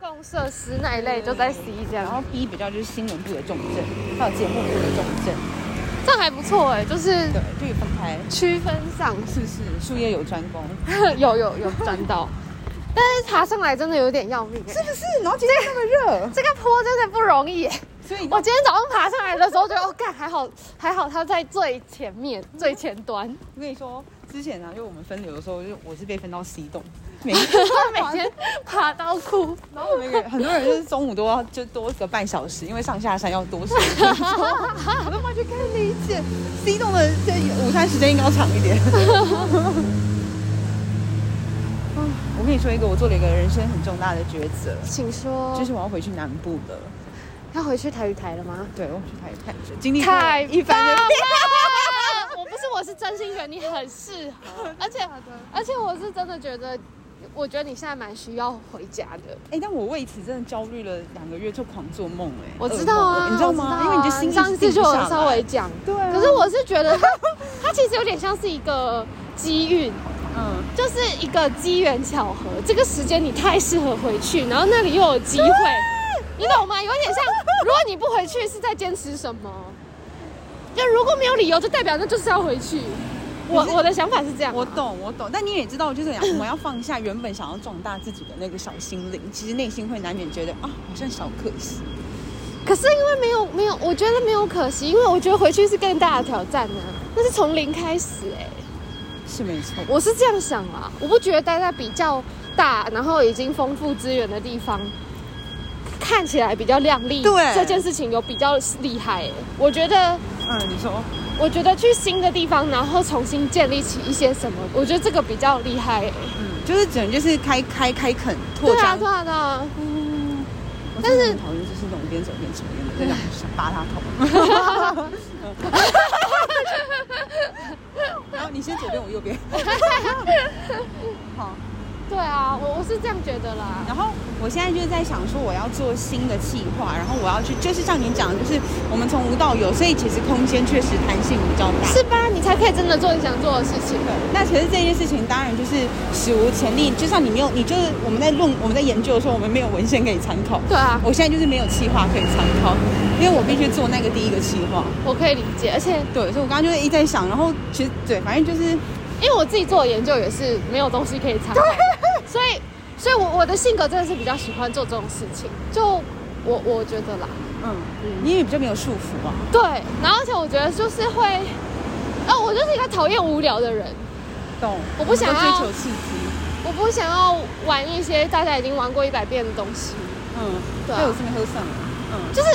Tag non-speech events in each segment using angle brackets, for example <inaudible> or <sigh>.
公设施那一类就在 C 这然样，后 B 比较就是新闻部的重症，还有节目部的重症，这样还不错哎、就是对，就有分开。区分上 <laughs> 是是，术业有专攻，有有有赚到， <laughs> 但是爬上来真的有点要命、欸，是不是？然后今天那么热，这个坡真的不容易、欸。 <laughs> <laughs> 所以我今天早上爬上来的时候，觉得哦，干还好，还好它在最前 <laughs> 面、最前端。我跟你说，之前啊，就我们分流的时候，就我是被分到 C <laughs> 栋，每每天爬到哭，然后我们也很多人就是中午都要就多个半小时，因为上下山要多十分钟，我都完全可以理解。C 栋的这午餐时间应该要长一点。 <laughs> 嗯我跟你说一个，我做了一个人生很重大的抉择，请说，就是我要回去南部了。要回去台语台了吗？对，我去台台经历过太一番的棒了！ <laughs> 我不是，我是真心觉得你很适合，而 <laughs> 且而且我是真的觉得，我觉得你现在蛮需要回家的。哎、但我为此真的焦虑了两个月，就狂做梦哎、我知道噩啊，梦你知道我吗？啊因为你的心一直上次定就不下有来稍微讲，对啊、可是我是觉得它它其实有点像是一个机遇。嗯，就是一个机缘巧合，这个时间你太适合回去，然后那里又有机会，你懂吗？有点像，如果你不回去是在坚持什么？就如果没有理由，就代表那就是要回去。我可是我的想法是这样啊、我懂我懂，但你也知道，就是我们要放下原本想要壮大自己的那个小心灵，其实内心会难免觉得啊，好像小可惜。可是因为没有没有，我觉得没有可惜，因为我觉得回去是更大的挑战呢、啊那是从零开始哎、是没错，我是这样想啊，我不觉得待在比较大，然后已经丰富资源的地方，看起来比较亮丽，对这件事情有比较厉害耶。我觉得，嗯，你说我觉得去新的地方，然后重新建立起一些什么，我觉得这个比较厉害耶。嗯，就是只能就是开开开垦对扩啊，张。对啊，对啊。嗯，我但是真的很讨厌就是那种边走边抽烟的，真的想拔他头。 <laughs> <laughs> 然后你先左边，我右边。好。对啊，我我是这样觉得啦。然后我现在就是在想说，我要做新的计划，然后我要去，就是像你讲的，就是我们从无到有，所以其实空间确实弹性比较大。是吧？你才可以真的做你想做的事情。对，那可是这件事情当然就是史无前例，就像你没有，你就是我们在论我们在研究的时候，我们没有文献可以参考。对啊，我现在就是没有计划可以参考，因为我必须做那个第一个计划。我可以理解，而且对，所以我刚刚就是一直在想，然后其实对，反正就是因为我自己做的研究也是没有东西可以参考，所以，所以我我的性格真的是比较喜欢做这种事情，就我我觉得啦，嗯，嗯，你也比较没有束缚啊。对，然后而且我觉得就是会，啊，我就是一个讨厌无聊的人，懂，我不想都要追求刺激。我不想要玩一些大家已经玩过一百遍的东西，嗯，对啊还有这边喝上。嗯。就是。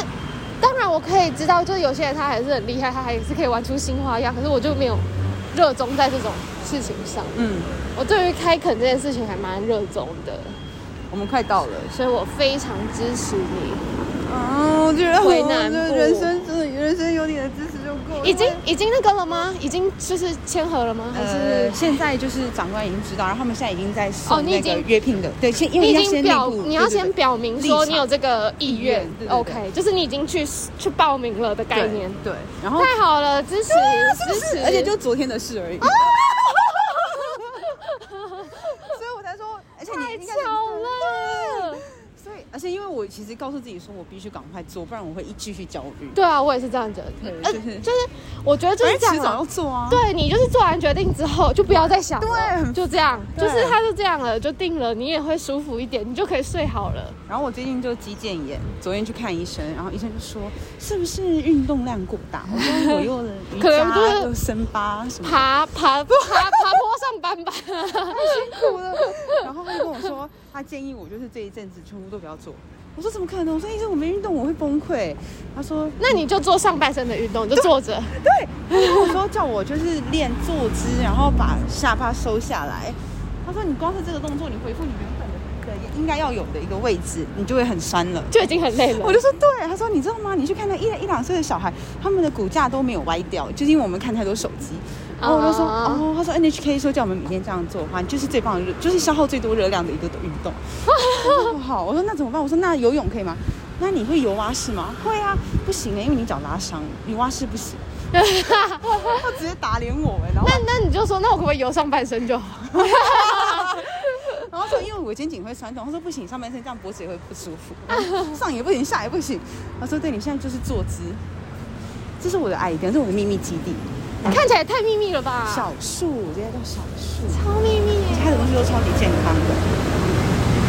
当然，我可以知道，就是有些人他还是很厉害，他还是可以玩出新花样。可是我就没有热衷在这种事情上。嗯，我对于开垦这件事情还蛮热衷的，我们快到了。所以我非常支持你。啊，我觉得回南部我觉得人生真的人生有你的支持就够了。已经已经那个了吗？已经就是签合了吗？还呃，是、现在就是长官已经知道，然后他们现在已经在哦送你已那经个约聘的，对，先因为你要已经先表内部你要对对先对表明说立场你有这个意愿意愿对对对 o k 就是你已经去去报名了的概念。对，对啊然后太好了，支持、支持，而且就昨天的事 <laughs> 而已。所以我才说，而且太你巧。嗯了。所以，而且因为我其实告诉自己说，我必须赶快做，不然我会一继续焦虑。对啊，我也是这样觉得。对就是就是我觉得就是这反样正迟早啊、要做啊。对你就是做完决定之后，就不要再想了，对就这样，就对是他就这样了，就定了，你也会舒服一点，你就可以睡好了。然后我最近就肌腱炎，昨天去看医生，然后医生就说是不是运动量过大？我说我又了瑜可能就是伽又深八什么的，爬爬爬爬坡上班吧。辛苦了。然后他就跟我说，他建议我就是这一阵子全部都不要做。我说怎么可能？我说医生我没运动我会崩溃。他说那你就做上半身的运动，你就坐着。对，他就跟我说叫我就是练坐姿，然后把下巴收下来。他说你光是这个动作，你恢复你原本的的应该要有的一个位置，你就会很酸了。就已经很累了。我就说对，他说你知道吗？你去看那一一两岁的小孩，他们的骨架都没有歪掉，就是因为我们看太多手机。然后我就说啊哦，他说 NHK 说叫我们每天这样做的话，就是最棒的热，就是消耗最多热量的一个运动。我说不好，我说那怎么办？我说那游泳可以吗？那你会游蛙式吗？会啊，不行哎、因为你脚拉伤，你蛙式不行。 <laughs> 他直接打脸我哎、然后那那你就说，那我可不可以游上半身就好？然然后说因为我肩颈会酸痛，他说不行，上半身这样脖子也会不舒服， <laughs> 上也不行，下也不行。他说对，你现在就是坐姿，这是我的矮点，这是我的秘密基地，看起来也太秘密了吧？小树，这些叫小树，超秘密耶！它的东西都超级健康的。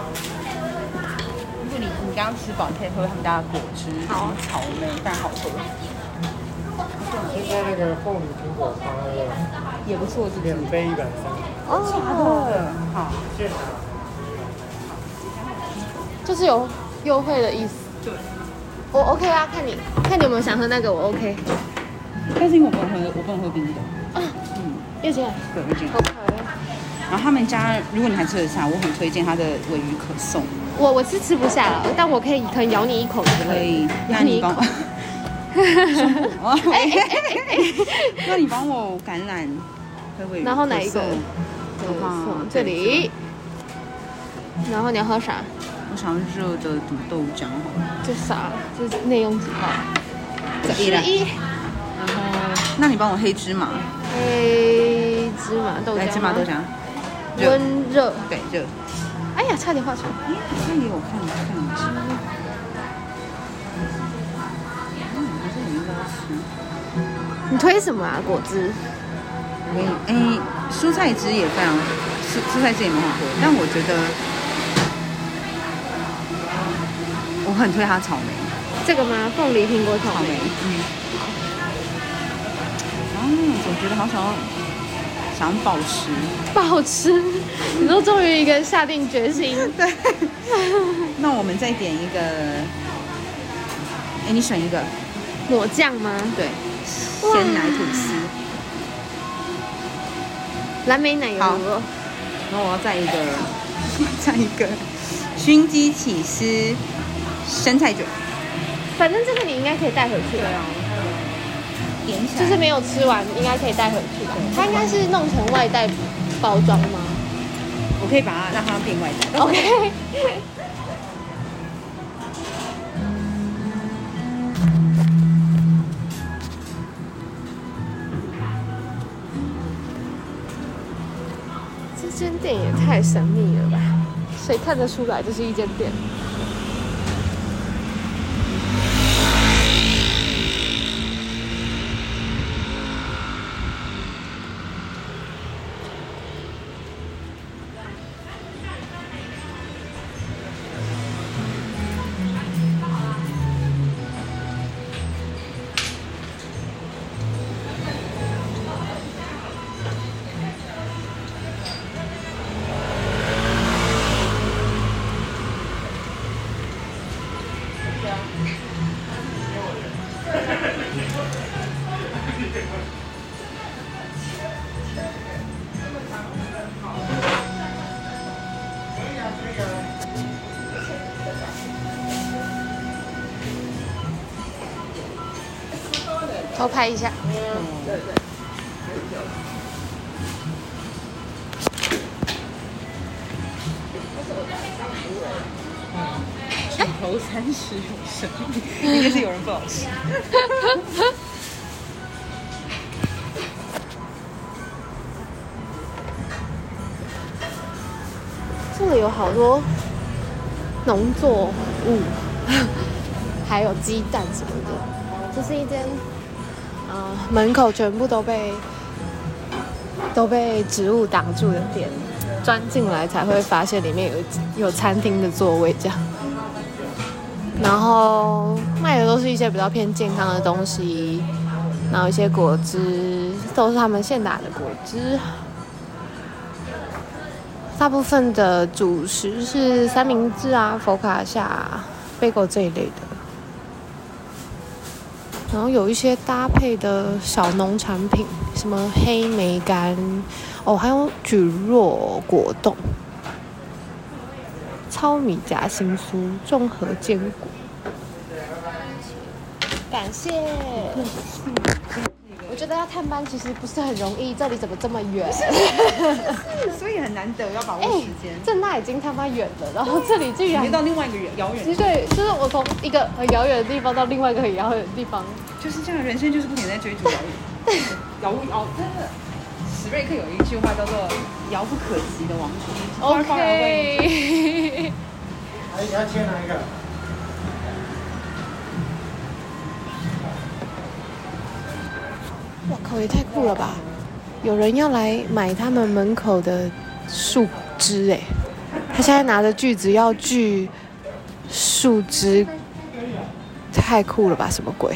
如果你你刚刚吃饱，你可以喝他们家的果汁，什么草莓，但好喝，现在那个凤梨苹果沙拉也不错，这个免费一百三，哦，的，好，现场就是有优惠的意思。对，我 OK 啊，看你看你有没有想喝那个，我 OK。但是因为我不能喝，我不能喝冰的，啊，嗯，叶姐，对，我觉得。好渴耶。然后他们家，如果你还吃得下，我很推荐他的尾鱼可颂，我我是吃不下了，但我可以可能咬你一口之可类以。那咬你你一口帮我， <laughs> 哦哎那你帮我橄榄和尾鱼可颂，然后哪一个的话的。，这里，然后你要喝啥？我想要热的煮豆浆好了。就啥？就是内用几号？十一啦一。然后，那你帮我黑芝麻，黑芝麻豆浆来吗，芝麻豆浆，热温热。对热。哎呀，差点画错。哎，那里我看一看一下。嗯，还是你应该吃。你推什么啊？果汁？哎、蔬菜汁也非常，蔬蔬菜汁也蛮好喝，但我觉得我很推它草莓，这个吗？凤梨苹果草草莓莓。，嗯。然后那总觉得好想要，想要暴食。不好吃。你说终于一个下定决心，对。 <laughs> 那我们再点一个，哎、你选一个，抹酱吗？对，鲜奶吐司。蓝莓奶油好鹅。然后我要再一个， <laughs> 再一个熏鸡起司生菜卷。反正这个你应该可以带回去的，点起就是没有吃完，应该可以带回去吧？它应该是弄成外带包装吗我可以把它让它变外带。 ？OK。这间店也太神秘了吧？谁看得出来这是一间店？偷拍一下。举头三尺有神明，应该是有人不好吃。这里有好多农作物， <laughs> 还有鸡蛋什么的。这是一间，啊、门口全部都被都被植物挡住的店，钻进来才会发现里面有有餐厅的座位这样。然后卖的都是一些比较偏健康的东西，然后一些果汁都是他们现打的果汁。大部分的主食是三明治啊、佛卡夏、啊、贝果这一类的，然后有一些搭配的小农产品，什么黑莓干，哦，还有蒟蒻果冻、糙米夹心酥、综合坚果。感谢。那个我觉得要探班其实不是很容易，这里怎么这么远？所以很难得要把哎握时间，，正大已经他妈远了，然后这里竟然你到另外一个远遥远其实对，就是我从一个很遥远的地方到另外一个很遥远的地方，就是这样，人生就是不停地在追逐遥 <laughs> 远，遥不遥哦真的。史瑞克有一句话叫做“遥不可及的王子 OK，哎，你要切哪一个？哇靠，也太酷了吧！有人要来买他们门口的树枝哎、他现在拿着锯子要锯树枝，太酷了吧？什么鬼？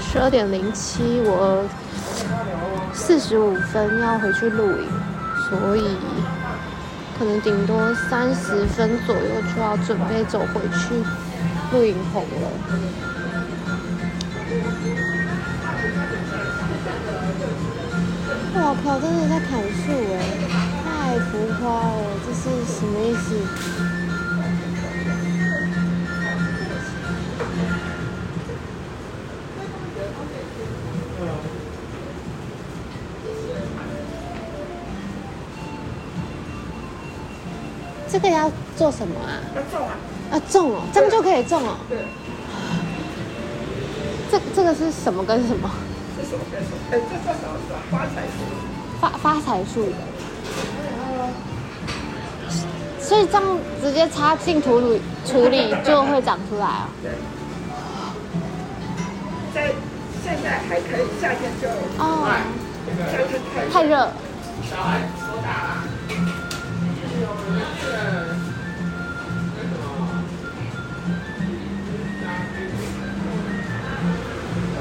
十二点零七，我四十五分要回去录影，所以可能顶多三十分左右就要准备走回去录影棚了。我靠，真的在砍树哎、太浮夸了，这是什么意思？这个要做什么啊？要种啊！啊，种哦，这样就可以种哦。对。这这个是什么跟什么？哎这什么跟什么？哎，这叫什么？发财树。发发财树。所以这样直接插进土里处理就会长出来啊、在现在还可以，夏天就哦，夏天太太热了。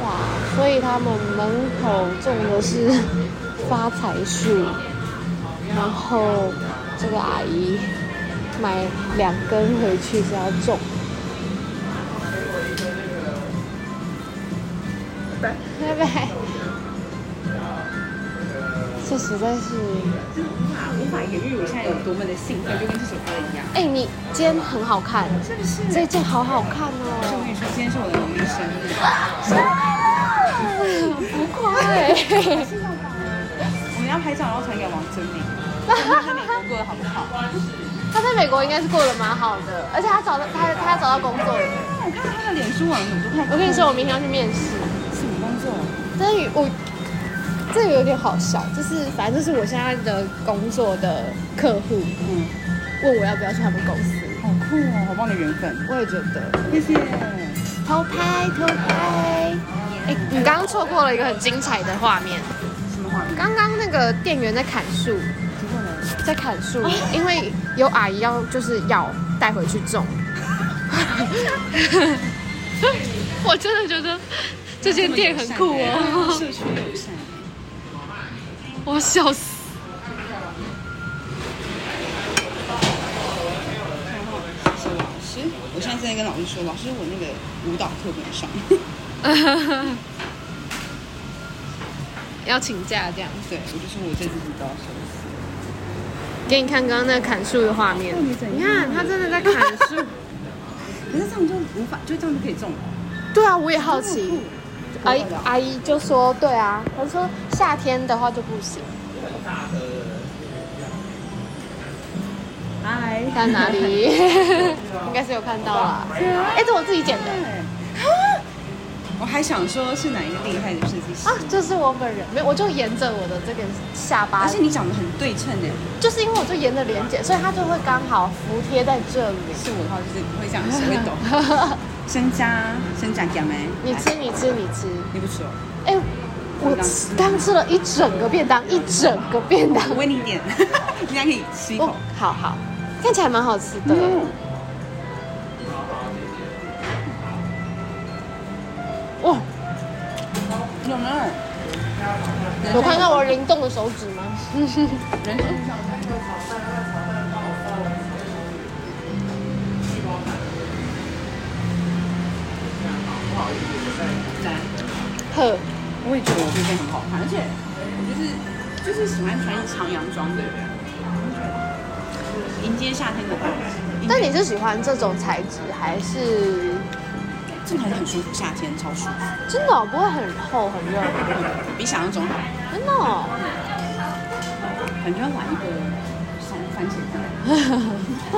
哇，所以他们门口种的是发财树，然后这个阿姨买两根回去是要种。拜拜。这实在是，无法无法言喻我现在有多么的兴奋，就跟这首歌一样，哎、你今天很好看，是不是？这件好好看我哦，跟你说，今天是我的农历生日，浮夸 <laughs> 哎，我们要拍照，然后传给王尊 <laughs> 明，看他美国过得好不好？他在美国应该是过得蛮好的，而且他找到他他找到工作了。我看到他的脸书网友都看，我跟你说，我明天要去面试。什么工作？真的有我这有点好笑，就是反正就是我现在的工作的客户嗯，问我要不要去他们公司，好酷哦，好棒的缘分，我也觉得谢谢。偷拍偷拍。哎、你刚刚错过了一个很精彩的画面，什么画面？刚刚那个店员在砍树。结果呢？在砍树，因为有阿姨要就是要带回去种。 <laughs> 我真的觉得这间店很酷哦， <laughs> 社区友善。我笑死。谢谢老师，我上次在跟老师说，老师我那个舞蹈课不能上， <laughs> 要请假这样，对我就说我这次舞蹈休息。给你看刚刚那个砍树的画面。你看他真的在嗯砍 <laughs> <laughs> 树。可是这样就无法，就这样就可以中了。对啊，我也好这么奇酷。阿姨阿姨就说：“对啊，她说夏天的话就不行。嗨”，看哪？ <laughs> 里？ <laughs> 应该是有看到 <laughs> 啦。哎，这我自己剪的我还想说是哪一个厉害的设计师啊，，就是我本人没有，我就沿着我的这个下巴而且你长得很对称欸的，就是因为我就沿着连接，所以它就会刚好服贴在这里。是我的话就是会这样子会抖。 <laughs> 身家身家干嘛？你吃，你吃，你吃。哎你不吃哦？哎、我我吃刚吃了一整个便当，一整个便当。我喂你一点， <laughs> 你还可以吃一口哦。，好好，看起来蛮好吃的。嗯，哇，有没有？有看到我灵动的手指吗？人呵，我也觉得我这件很好看，而且我就是就是喜欢穿长洋装的人，迎接夏天的到来。那你是喜欢这种材质还是这种还是很舒服，夏天超舒服，真的哦、不会很厚很热？比想象中好。真的、哦，感觉要玩一个番番茄酱。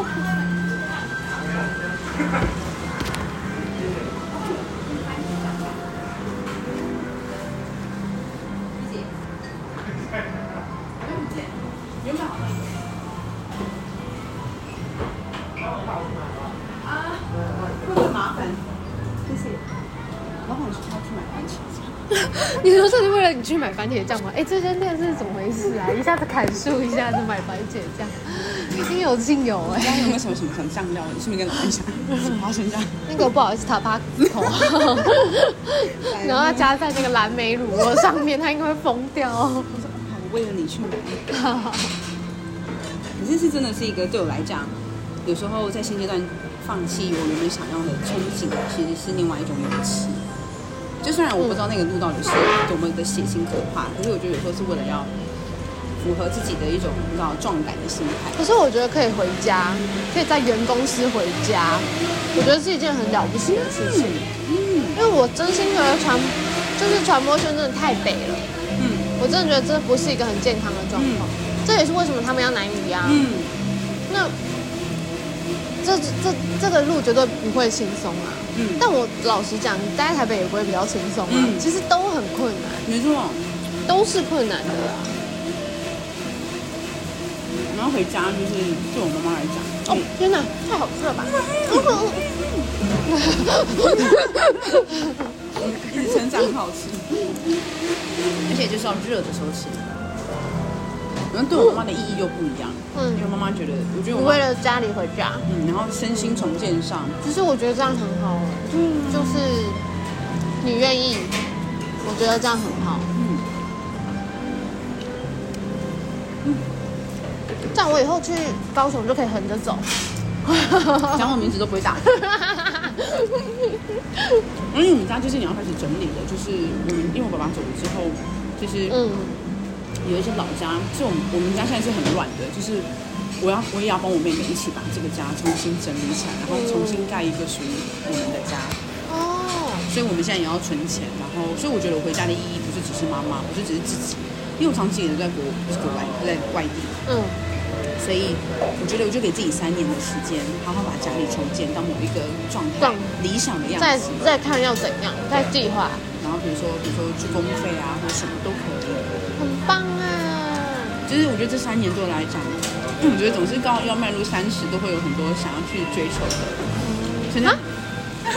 老板说他去买番茄酱，你说这是为了你去买番茄酱吗？哎，这间店是怎么回事啊？一下子砍树，一下子买番茄 <laughs> 酱，应有尽有哎、大家有没有什么什么什么酱料？顺便跟老板讲，花生酱。那个不好意思，塔巴口， <laughs> 然后要加在那个蓝莓乳酪上面，他应该会疯掉。我说啊我为了你去买。 <laughs> 可是是真的是一个对我来讲，有时候在现阶段放弃我原本想要的憧憬，其实是另外一种勇气。就虽然我不知道那个路到底是多么的血腥可怕，可是我觉得有时候是为了要符合自己的一种你知道壮胆的心态。可是我觉得可以回家，可以在原公司回家，我觉得是一件很了不起的事情。嗯因为我真心觉得传，就是传播圈真的太北了，嗯我真的觉得这不是一个很健康的状况。这也是为什么他们要南语啊。嗯，那这这这个路绝对不会轻松啊。嗯但我老实讲，你待在台北也不会比较轻松啊。嗯其实都很困难，没错。都是困难的啊。然后回家就是对我妈妈来讲，哦嗯，天哪，太好吃了吧！ <laughs> 一直称赞很好吃，而且就是要热的时候吃。然后对我妈妈的意义又不一样，嗯因为妈妈觉得，我觉得你我为妈，了家里回家，嗯，然后身心重建上， <laughs> 其实我觉得这样很好哎、就是你愿意，我觉得这样很好。嗯这样我以后去高雄就可以横着走。讲我名字都不会 <laughs> 打。因为我们家就是你要开始整理了，就是我们因为我爸爸走了之后，就是嗯，有一些老家，就我们我们家现在是很乱的，就是我要我也要帮我妹妹一起把这个家重新整理起来，然后重新盖一个属于我们的家。哦，所以我们现在也要存钱，然后，所以我觉得我回家的意义不是只是妈妈，不是只是自己，因为我长期也都在国不是国外，都在外地，嗯，所以我觉得我就给自己三年的时间，好好把家里重建到某一个状状态理想的样再子，再看要怎样，再计划，然后比如说比如说去公费啊，或什么都可以。很棒啊！就是我觉得这三年对我来讲， <clears throat> 因为我觉得总是刚好要迈入三十，都会有很多想要去追求的。所以呢啊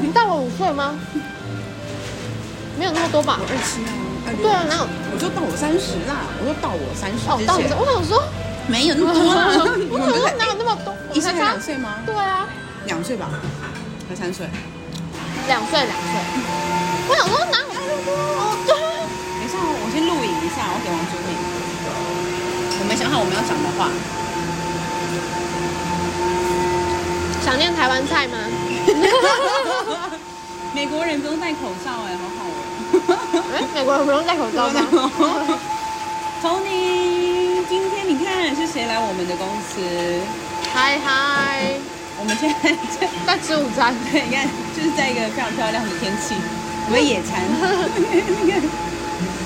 你大我五岁吗？没有那么多吧？二七啊，二六对啊，哪有？我就到我三十啦，我就到我三十哦之，大我五岁，前我想说，没有那么 <laughs> <laughs> 多啦，我想们说才哪有那么多？一我岁才还差两，岁吗？对啊，两岁吧，还三岁？两岁两岁。我想说哪有那么多？哦对。等一下哦，我先录影一下，我给王祖敏。我没想好我们要讲的话，想念台湾 <laughs> 菜吗？ <laughs> 美国人不用戴口罩哎、好好 <laughs> 哦。哎、美国人不用戴口罩吗？ Tony，今天你看是谁来我们的公司？嗨嗨，我们现在 <laughs> 在，在吃午餐。对，你看就是在一个非常漂亮的天气，我们野餐，你看，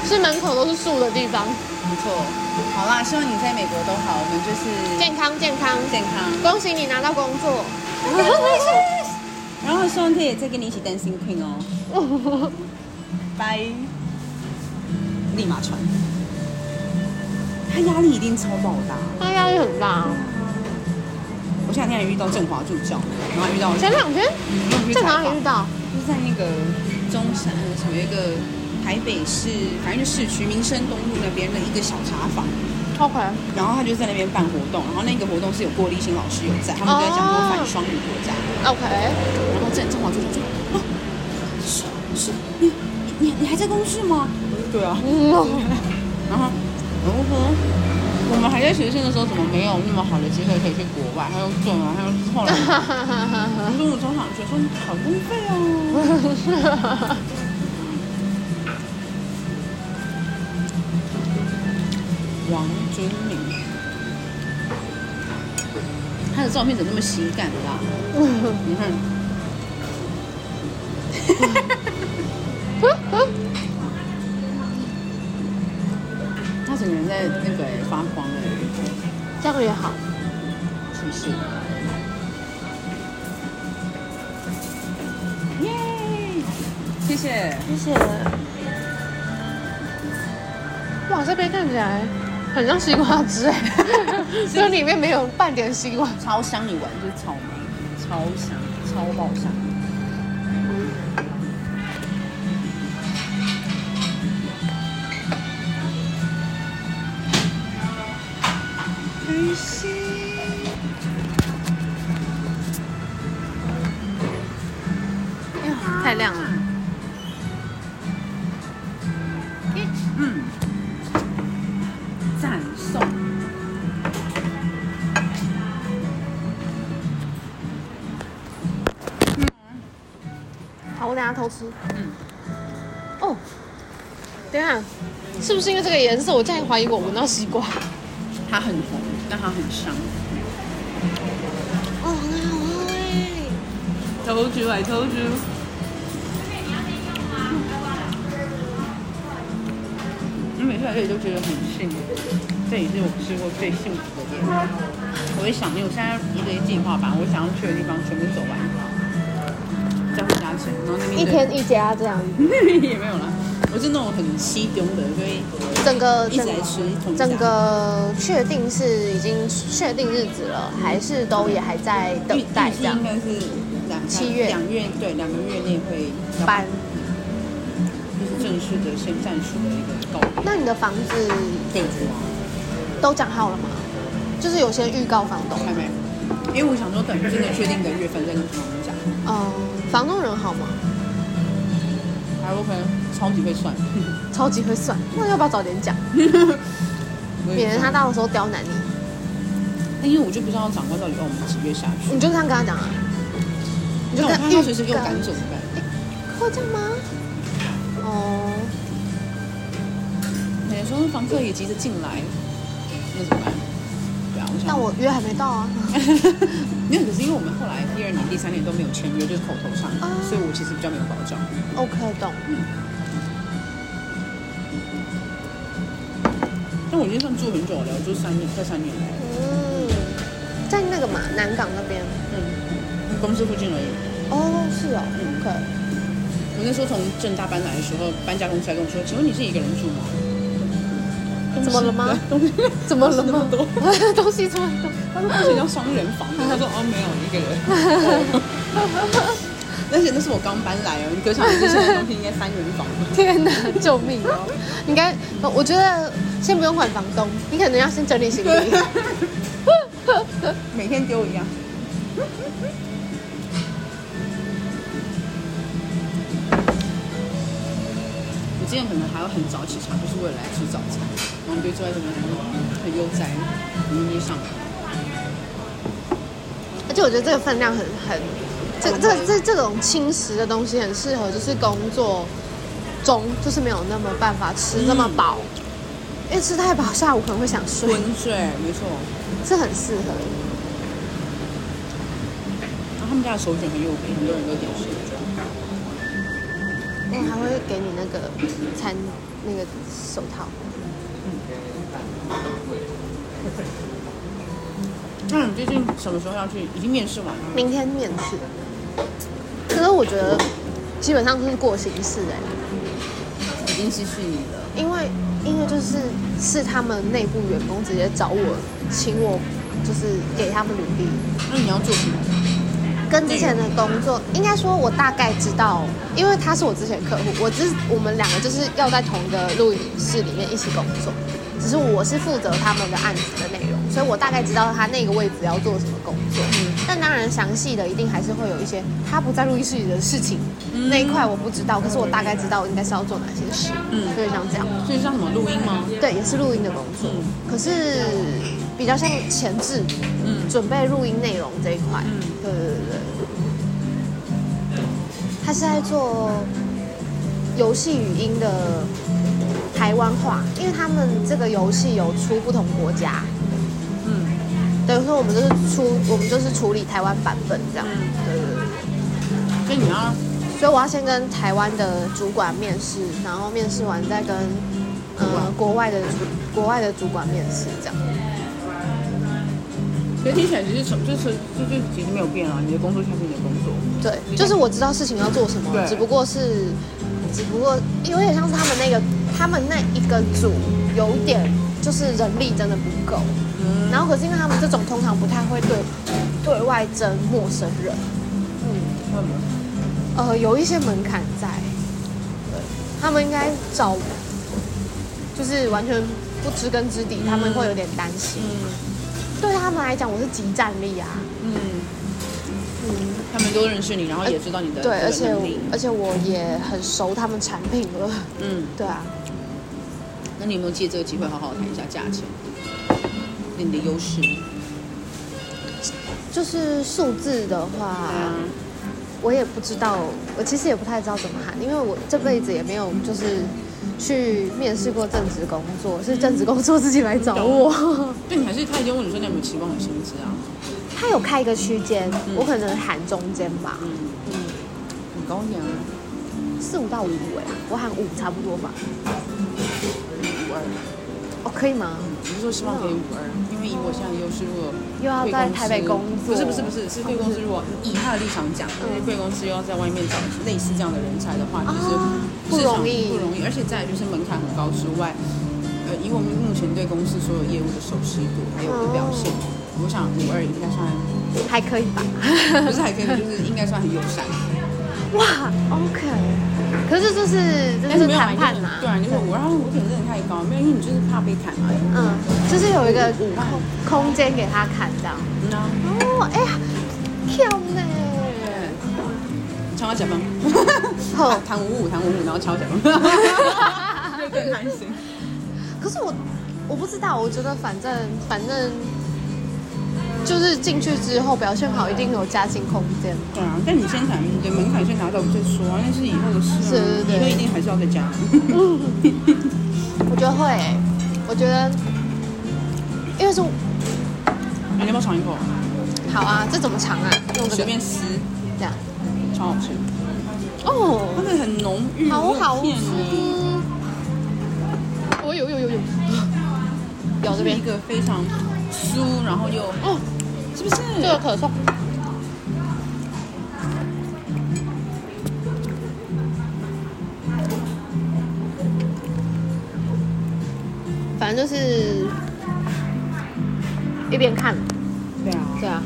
是门口都是树的地方， <laughs> 不错。好啦，希望你在美国都好，我们就是健康健康。健 <laughs> 康。恭喜你拿到工 <laughs> 作。 <laughs> 然后希望可以再跟你一起 Dancing Queen 哦，拜，立马传。他压力一定超爆大。他压力很大哦。我前两天还遇到郑华助教，然后还遇到前两天嗯又去在采哪访里遇到？啊就是在那个中山什么有一个台北市，反正就市区民生东路那边的一个小茶坊， OK，然后他就在那边办活动，然后那个活动是有郭立新老师有在，他们就在讲说反双语国家， OK，然后郑郑哦华就说啊，是是，你你你还在公司吗？对啊，嗯嗯，然后然后说我们还在学生的时候，怎么没有那么好的机会可以去国外？他又对啊，他又后来我们中午中场学说好公费 <laughs> 哦。王尊明，他的照片怎么那么喜感的、啊？你看，啊他整个人在那个欸发光哎、这样也好。是不是？耶！谢谢。谢谢。哇，这边看起来很像西瓜汁 <laughs> 哎，只有里面没有半点西瓜。超香，你闻就是草莓，超香，超爆香。旅行。太亮了。嗯，赞颂。好，我等下偷吃。嗯哦，等一下，是不是因为这个颜色，我竟然怀疑我闻到西瓜？它很红，但它很香。哦，很好喝哎。 Told you, I told you。我每次来这里都觉得很幸福，这里是我吃过最幸福的地方。我也想念，我现在一个计划吧，我想要去的地方全部走完，再回家吃。然后那边的一天一家这样，也没有啦，我是那种很稀丢的，所以整个一直来吃同家整个确定是已经确定日子了，还是都也还在等预待预计这样应？该是两七月两月对两个月内会要搬。就是正式的先暂时的一个告别。那你的房子对啊。都讲好了吗？就是有些预告房东，还没，因为我想说等真的确定的月份再跟朋友讲。嗯，房东人好吗？还有可能超级会算，超级会算，那要不要早点讲，我也免得不知道他，到时候刁难你。但因为我就不知道长官到底要我们几月下去，你就这样跟他讲啊，你就嗯那我跟怕他随时给我赶走怎么办？会这样吗？哦，每人哎说房客也急着进来，那怎么办？对啊，我想。但我约还没到啊。 <laughs> 没有，可是因为我们后来第二年、第三年都没有签约，就是口头上的，啊所以我其实比较没有保障。 OK，懂。但我已经算住很久了，我住三年，快三年了。嗯，在那个嘛南港那边。嗯，公司附近而已。哦，是哦嗯，OK。我那时候从正大搬来的时候，搬家公司还跟我说：“请问你是一个人住吗？” <laughs> 怎么了吗？东西怎么了吗东西那么 <laughs> 多，东西这么多，他说不行，要双人房的。我说哦，没有一个 <laughs> 人。而且那是我刚搬来哦，你可想而知，现在东西应该三人房。天哪， <laughs> 救命哦！应该，我觉得先不用管房东，你可能要先整理 <laughs> 行李。每天丢一样。我今天可能还要很早起床，就是为了来吃早餐，然后就坐在这边很悠哉，迷迷上来。而且我觉得这个分量很很，这这这这种轻食的东西很适合，就是工作中就是没有那么办法吃那么饱，因为吃太饱下午可能会想睡，昏睡，没错。这很适合。然后他们家的手卷很有名，很多人都点手卷。哎，还会给你那个餐那个手套，那你最近什么时候要去？已经面试完了。明天面试。可是我觉得基本上就是过形式哎、已经失去你了。因为因为就是是他们内部员工直接找我，请我就是给他们履历。那你要做什么？跟之前的工作，应该说我大概知道，因为他是我之前的客户，我只我们两个就是要在同一个录影室里面一起工作，只是我是负责他们的案子的内容，所以我大概知道他那个位置要做什么工作。但当然详细的一定还是会有一些他不在录音室里的事情、那一块我不知道，可是我大概知道应该是要做哪些事，嗯就是像这样。所以像什么录音吗？对，也是录音的工作，可是比较像前置，嗯准备录音内容这一块。嗯对对对对。他是在做游戏语音的台湾话，因为他们这个游戏有出不同国家，嗯，等于说我们就是出，我们就是处理台湾版本这样。嗯对对对。所以你要所以我要先跟台湾的主管面试，然后面试完再跟呃国外的主国外的主管面试，这样。所以听起来其实什么就是就就其实没有变啊，你的工作就是你的工作。对，就是我知道事情要做什么对，只不过是，只不过有点像是他们那个他们那一个组有点就是人力真的不够，嗯然后可是因为他们这种通常不太会对对外征陌生人，为什么？呃，有一些门槛在，对，他们应该找就是完全不知根知底，他们会有点担心。对他们来讲，我是集战力啊，嗯，他们都认识你，然后也知道你的对，而这个且能力。而且我也很熟他们产品了，嗯，对啊。那你有没有借这个机会好好谈一下价钱？你的优势？就是数字的话，啊我也不知道，我其实也不太知道怎么喊，因为我这辈子也没有就是去面试过正职工作，是正职工作自己来找我。对你还是他已经问你说你有没有期望的薪资啊？他有开一个区间，我可能喊中间吧，嗯嗯，很高点啊，四五到五哎，我喊五差不多吧。五二。哦，可以吗？你是说希望可以五二？因为以我现在的优势，如果又要贵在公司台北工作嗯不是不是不是，是贵公司。如果以他的立场讲，因为贵公司又要在外面找类似这样的人才的话，就是啊不市容场易不容易。而且再来就是门槛很高之外，呃，以我们目前对公司所有业务的熟悉度还有我的表哦现，我想五二应该 <laughs> 算还可以吧？不是还可以，就是应该算很友善。哇，OK。可是这是这是没有谈判嘛啊，，对啊，你说我然后我可能真的太高，没有，因为你就是怕被砍嘛。嗯，就是有一个五万空空间给他砍这样。嗯啊，哦，哎呀，跳呢！敲他脚吗？ <laughs> 好弹五五，弹五五，然后敲脚就更开心。可是我我不知道，我觉得反正反正就是进去之后表现好，一定有加薪空间。对啊，但你先谈对门槛先拿到再说啊，那是以后的事啊，是对以后一定还是要再加。我觉得会、我觉得因为是你要不要尝一口？嗯好啊，这怎么尝啊？用这随个便撕，这样超好吃，它哦，的很浓郁，好好片吃。我有有有有，咬这这边边一个非常酥，然后又哦，是不是？这个可颂。反正就是一边看，对啊。对啊，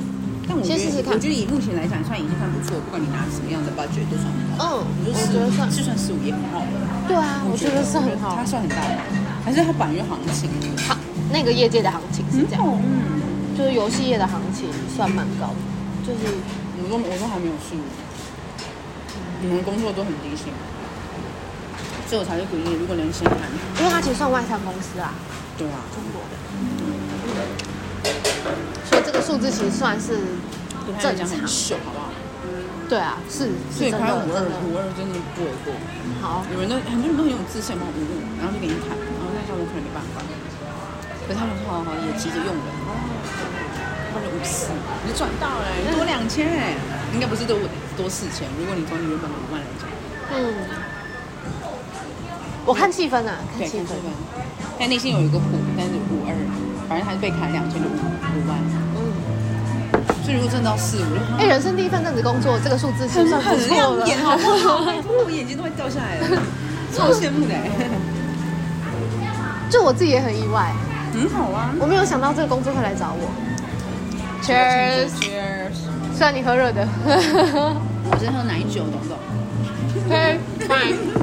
但我觉先得，试试看我觉得以目前来讲，算已经算不错。不管你拿什么样的 budget 都算很好。嗯，我我觉得四觉得算五，是算四五也很好的。对啊，我觉得是很我觉得好它。算很大的，还是它本约行情？好，那个业界的行情是这样，好，嗯。就是游戏业的行情算蛮高的，就是我都我都还没有试。你们工作都很低薪，所以我才会鼓励你，如果能先谈，因为它其实算外商公司啊，对啊，中国的，所以这个数字其实算是对他来讲很秀，好不好？对啊，是所是以真开的，五真二的五二真的不为过。好。有人都很多人都很有自信嘛，五五，然后就给你砍，然后那时候我可能没办法。可是他们说好好也急着用人，他们五四，你就赚到了、多两千哎、应该不是多五多四千，如果你从你原本的五万来讲，嗯，我看气氛啊，看对，气看这氛个。，但内心有一个谱，但是五二，反正还是被砍两千就五五万，嗯，所以如果挣到四五，就哎，人生第一份正职工作，这个数字其实算不很错亮了。眼，啊好不好？拜托，我眼睛都快掉下来了，超羡慕 <laughs> 的、欸就我自己也很意外，很好啊。我没有想到这个工作会来找我。Cheers！所 Cheers。以虽然你喝热 <laughs> 的。我是喝奶酒，懂不懂？ OK，拜。 <laughs>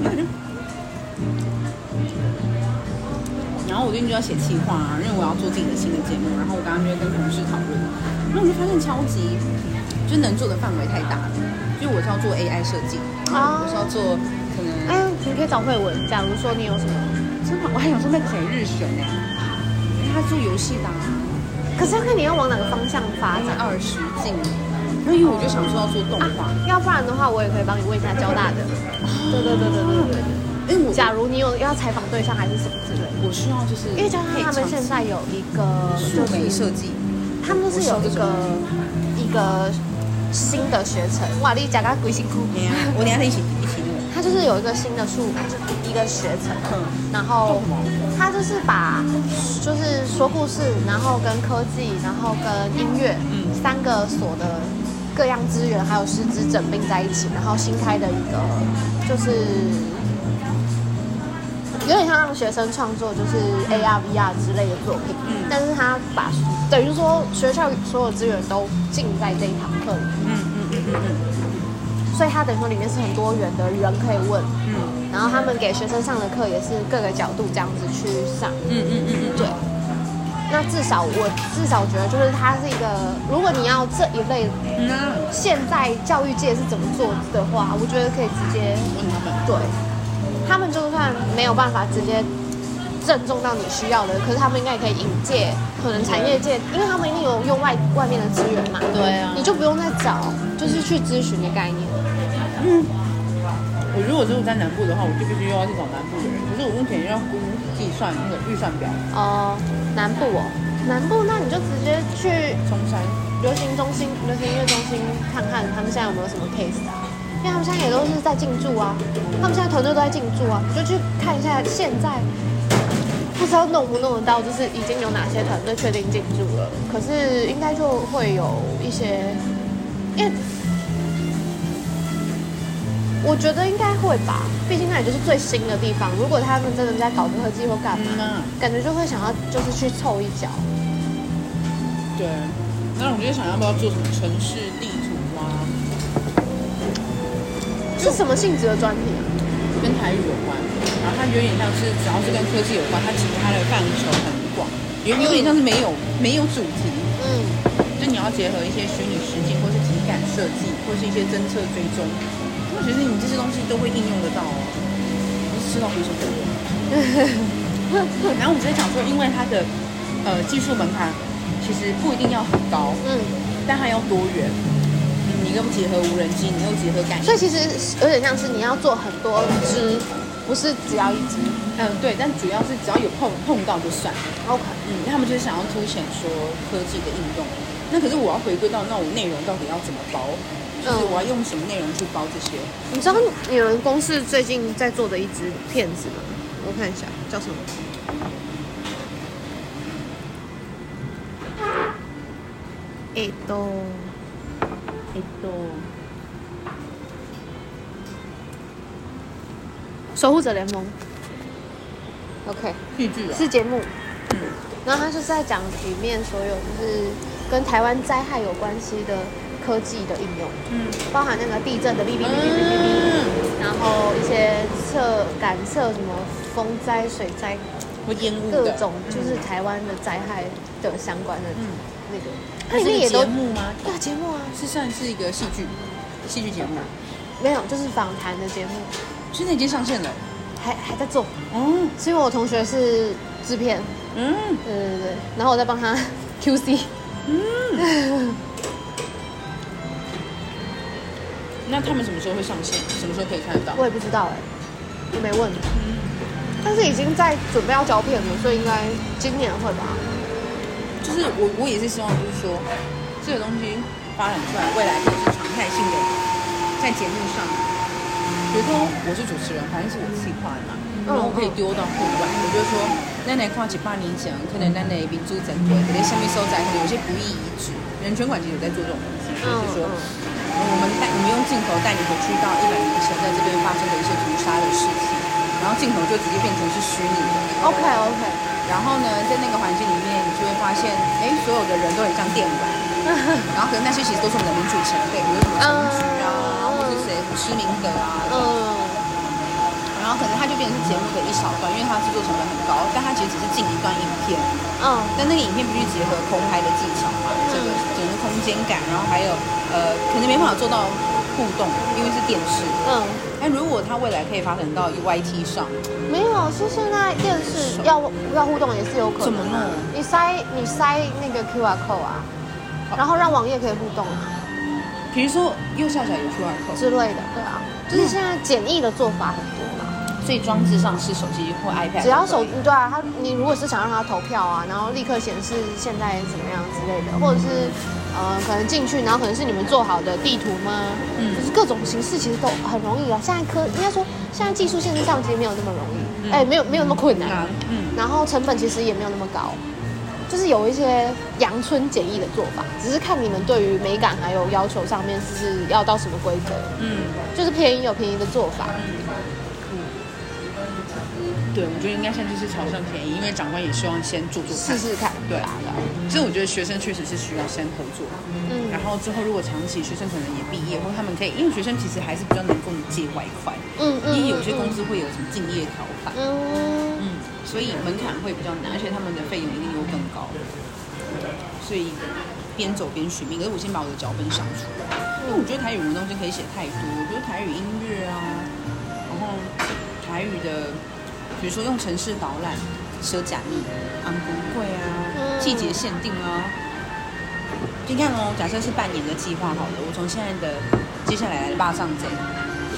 然后我最近就要写企划、啊，因为我要做自己的新的节目，然后我刚刚就会跟同事讨论，然后我就发现超级，就能做的范围太大了，就我是要做 AI 设计，哦我是要做可能，哎、嗯，你可以找慧文。假如说你有什么，真的，我还想说那个谁日选呢、他做游戏的、啊，可是要看你要往哪个方向发他在展。二十进，那因为我就想说要做动画，要不然的话，我也可以帮你问一下交大的。哦对对对对对对对。因哎为我假如你有要采访对象还是什么之类的，我需要就是因为交大他们现在有一个就素媒是设计，他们是有一个一个新的学程，哇，你讲个鬼辛苦。哎呀我等一下再一起一起弄，它就是有一个新的术语，一个学程，嗯然后它就是把就是说故事，然后跟科技，然后跟音乐，嗯三个所的各样资源还有师资整并在一起，然后新开的一个就是有点像让学生创作，就是 AR、VR 之类的作品，嗯但是他把等于说学校所有资源都尽在这一堂课里嗯嗯嗯嗯嗯所以它等于说里面是很多元的人可以问，嗯然后他们给学生上的课也是各个角度这样子去上。嗯嗯嗯嗯，对，那至少我至少觉得就是它是一个，如果你要这一类那现在教育界是怎么做的话，我觉得可以直接问他们。对，他们就算没有办法直接正中到你需要的，可是他们应该也可以引介，可能产业界，因为他们一定有用外外面的资源嘛，对啊你就不用再找，就是去咨询的概念。我如果住在南部的话，我就必须又要去找南部的人。可是我目前又要估计算那个预算表，哦，南部哦，南部那你就直接去冲山流行中心、流行音乐中心看看他们现在有没有什么 case 啊？因为他们现在也都是在进驻啊，他们现在团队都在进驻啊，你就去看一下现在不知道弄不弄得到，就是已经有哪些团队确定进驻了，可是应该就会有一些，因为我觉得应该会吧，毕竟那里就是最新的地方，如果他们真的在搞科技或干嘛，嗯啊感觉就会想要就是去凑一脚。对。那我就想要不要做什么城市地图啊，是什么性质的专题啊？跟台语有关。然后它有点像是只要是跟科技有关，它其实它的范畴很广，有有点像是没有没有主题，嗯。就你要结合一些虚拟实境，或是体感设计，或是一些侦测追踪。那其实你这些东西都会应用得到哦。我是吃到回手可乐。哦然后我们在想说，因为它的呃技术门槛其实不一定要很高，嗯，但它要多元。嗯你又结合无人机，你又结合感所应，以其实有点像是你要做很多只，不是只要一只。嗯、对，但主要是只要有碰碰到就算。 OK，嗯，他们就是想要凸显说科技的应用。那可是我要回归到那我内容到底要怎么包，就是嗯我要用什么内容去包这些。你知道你们公司最近在做的一只片子吗？我看一下叫什么。诶都，えっと、守护者联盟。OK，戏剧啊，是节目。嗯然后他就是在讲里面所有就是跟台湾灾害有关系的科技的应用，嗯包含那个地震的哔哔哔哔哔哔哔。嗯，然后一些测感测什么风灾、水灾，会烟雾各的种就是台湾的灾害的相关的嗯，那个，它里它是面个也节都目吗？大节目啊，是算是一个戏剧，戏剧节目，没有就是访谈的节目，现在已经上线了。还还在做，哦，是因为我同学是制片，嗯对对对，然后我在帮他 <laughs> QC，嗯。那他们什么时候会上线？什么时候可以看得到？我也不知道哎、我没问，嗯但是已经在准备要交片了，所以应该今年会吧。就是我，我也是希望，就是说，这个东西发展出来，未来可以是常态性的在节目上，比如说我是主持人，反正是我自己画的嘛，然后我可以丢到户外。我就说，咱来看一百年前，可能咱的民主整规，可能下面收窄，可能有些不义遗址，人权馆其实有在做这种东西，就是嗯说，我们带你们用镜头带你回去到一百年前在这边嗯发生的一些屠杀的事情，然后镜头就直接变成是虚拟的。 ，OK OK，然后呢，在那个环境里面，你就会发现，哎，所有的人都很像 <laughs> 电玩。然后可能那些其实都是我们的民主前辈，比如什么陈菊啊，或者谁施明德啊，嗯，然后可能它就变成是节目的一小段，因为它制作成本很高，但它其实只是进一段影片，嗯，但那个影片必须结合空拍的技巧嘛，这个整个空间感，然后还有呃，可能没办法做到互动，因为是电视。嗯，但如果它未来可以发展到 YT 上，没有，是现在电视要要互动也是有可能。怎么弄？你塞你塞那个 QR code 啊，哦然后让网页可以互动啊比如说右下角有 QR code，之类的，对啊，就是现在简易的做法很多嘛。所以装置上是手机或 iPad，只要都可手以对啊，他你如果是想让他投票啊，然后立刻显示现在怎么样之类的，或者是呃可能进去，然后可能是你们做好的地图吗？嗯就是各种形式其实都很容易啊。现在科应该说现在技术限制上其实没有那么容易，嗯哎、没有没有那么困难，啊，嗯，然后成本其实也没有那么高，就是有一些阳春简易的做法，只是看你们对于美感还有要求上面是要到什么规格，嗯。就是便宜有便宜的做法，对，我觉得应该现在就是朝向便宜，因为长官也希望先做做看试。试看，对啊，对啊其实我觉得学生确实是需要先合作，嗯然后之后如果长期学生可能也毕业，或他们可以，因为学生其实还是比较能够借外快，嗯因为有些公司会有什么敬业条款，嗯，嗯，所以门槛会比较难，而且他们的费用一定又更高，所以边走边寻觅。可是我先把我的脚本想出来，因为我觉得台语文东西可以写太多，比如台语音乐啊，然后台语的，比如说用城市导览、蛇甲蜜、昂不贵啊、季节限定啊。你看哦，假设是半年的计划好了，我从现在的接下来的坝上贼，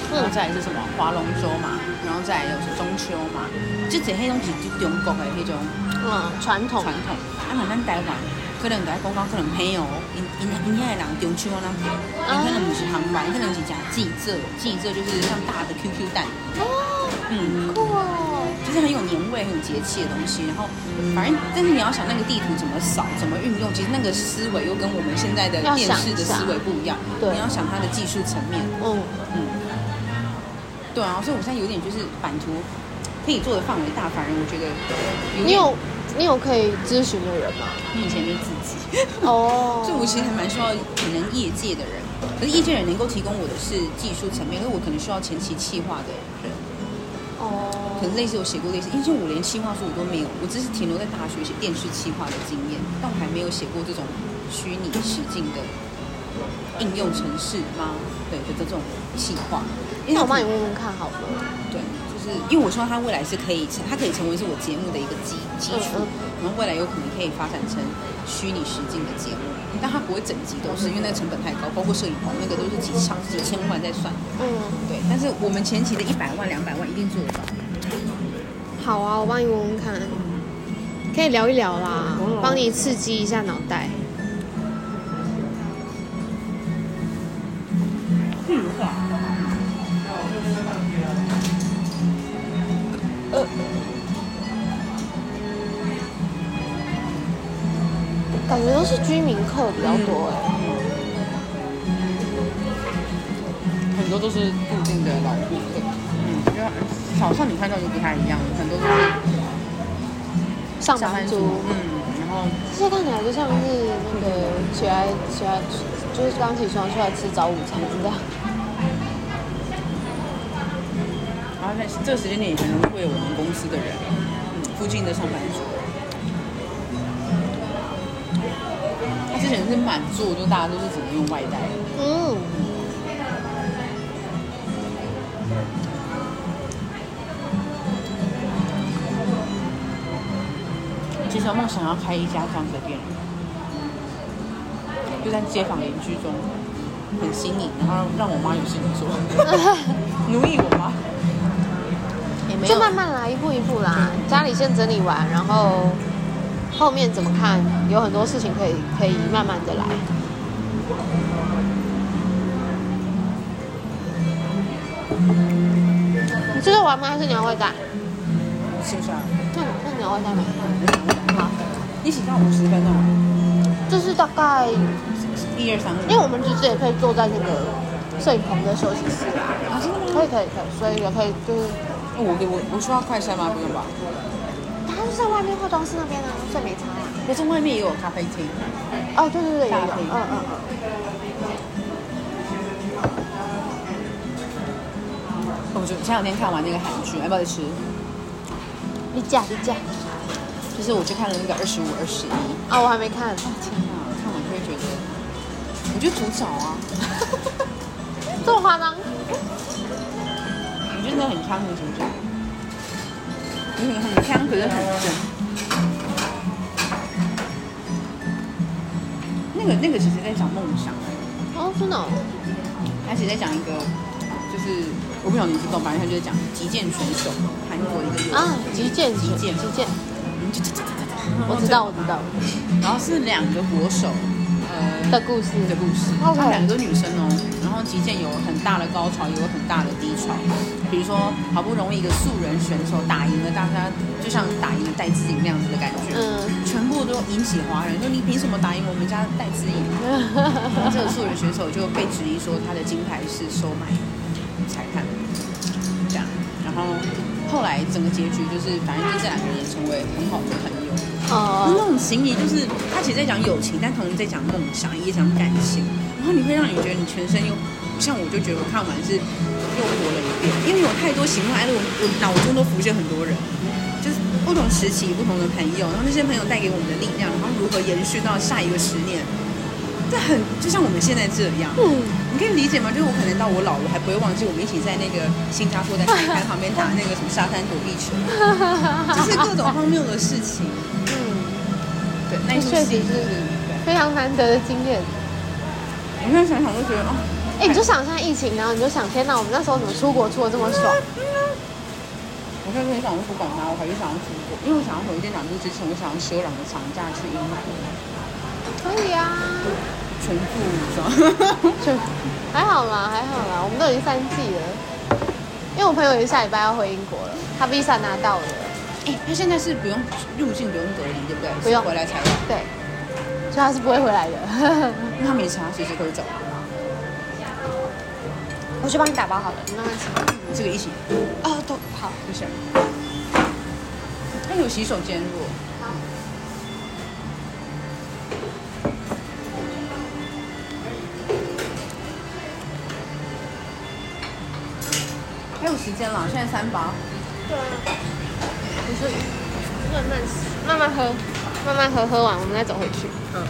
嗯然后再来是什么划龙舟嘛，然后再来有中秋嘛，就这些东西就中国的那种嗯，传统传统。哦啊，慢慢台湾，可能在讲讲可能朋友，因因因遐的人中秋那节，哦因可能不是航班，可能是讲记者，记者就是像大的 QQ 蛋，哦，嗯，酷哦，就是很有年味、很有节气的东西。然后，反正但是你要想那个地图怎么扫、怎么运用，其实那个思维又跟我们现在的要电想视的一下思维不一样。对你要想它的技术层面，嗯嗯，对啊，所以我现在有点就是版图可以做的范围大，反而我觉得你有点有你有可以咨询的人吗？目前就自己，哦，所以我其实还蛮需要可能业界的人，可是业界人能够提供我的是技术层面，可是我可能需要前期企划的人，可哦，能类似有写过类似，因为我连企划书我都没有，我只是停留在大学写电视企划的经验，但我还没有写过这种虚拟实境的应用程式吗？对的这种企划，因为那我它可帮你能问问看好了，对，就是因为我希望它未来是可以成，它可以成为是我节目的一个基基础嗯嗯，然后未来有可能可以发展成虚拟实境的节目，但它不会整集都是，因为那个成本太高，包括摄影棚那个都是几上几千万在算的。嗯，对，但是我们前期的一百万、两百万一定做得到。好啊，我帮你问问看，可以聊一聊啦，帮你刺激一下脑袋。譬嗯如话，呃，感觉都是居民课比较多哎、很多都是固定的老顾客，嗯，因为早上你看到就不太一样，很多都是上班族，嗯，然后这些看起来就像是那个起来起来就是刚起床出来吃早午餐这样。然后在啊这个时间点，可能会有我们公司的人，嗯，附近的上班族。他之前是满座，就大家都是只能用外带。嗯，其实我梦想要开一家这样子的店，就在街坊邻居中，很新颖，然后让我妈有事情 <laughs> 做，奴役我妈。也没就有慢慢来，一步一步啦。家里先整理完，然后后面怎么看，有很多事情可以可以慢慢的来。你这个玩吗？还是你要外带？是不是啊？那那你要外带吗？好，一起到五十分哦，就是大概一二三五。因为我们其实也可以坐在那个摄影棚的休息室啊，啊，真的吗？哦可以可以可以，所以也可以就是我我我需要快筛吗？不用吧。它他就在外面化妆师那边啊，所以没差啊。可哎是外面也有咖啡厅，哦，对对对，也大有，厅嗯嗯嗯。哦我就前两天看完那个韩剧，要哎不要吃？你讲你讲。就是我去看了那个二十五、二十一，啊，我还没看。天哪，看完就会觉得，你就主角啊，这么夸张？你真的很康的主角，嗯你很康，可是很正。那个那个只是在讲梦想，啊哦，真的、哦。而且在讲一个，就是我不晓得你知不懂，反正他就是讲击剑选手，韩国一个游啊，击剑击剑嗯击剑，我我知道我知道嗯然后是两个国手，呃的故事。的故事， OK 她们两个都女生哦，然后击剑有很大的高潮，也有很大的低潮。比如说，好不容易一个素人选手打赢了大家，就像打赢了戴资颖那样子的感觉，嗯，全部都引起华人说你凭什么打赢我们家戴资颖？然后这个素人选手就被质疑说他的金牌是收买裁判，这样，然后后来整个结局就是，反正就这两个人成为很好的朋友。哦，那种情谊就是，他其实在讲友情，但同时在讲梦想，也讲感情。然后你会让你觉得你全身又，像我就觉得我看完是又活了一遍，因为有太多喜怒哀乐，我我脑中都浮现很多人，就是不同时期不同的朋友，然后那些朋友带给我们的力量，然后如何延续到下一个十年，这很就像我们现在这样。嗯，你可以理解吗？就是我可能到我老了还不会忘记我们一起在那个新加坡的 <laughs> 海滩旁边打那个什么沙滩躲避球，就是各种荒谬的事情。对，那一出确戏实就是是对。嗯非常难得的经验。我现在想想都觉得哦，哎、你就想象疫情，然后你就想，天哪，我们那时候怎么出国出的这么爽？我现在很想要不管它，我还是想要出国，因为我想要回电脑部之前，我想要休两个长假去英美，可以 <laughs> 啊，全部你知道吗？就还好啦，还好啦，我们都已经三季了。因为我朋友也下礼拜要回英国了，他 visa 拿到了， <laughs> 哎、他现在是不用入境不用隔离，对不对？不用是回来才有，对，所以他是不会回来的。因为他没查，随时可以走。我去帮你打包好了，你慢慢吃。这个一起哦，都好。就行。他有洗手间如果还有时间啦，现在三八。慢慢慢慢喝，慢慢喝，喝完我们再走回去。嗯，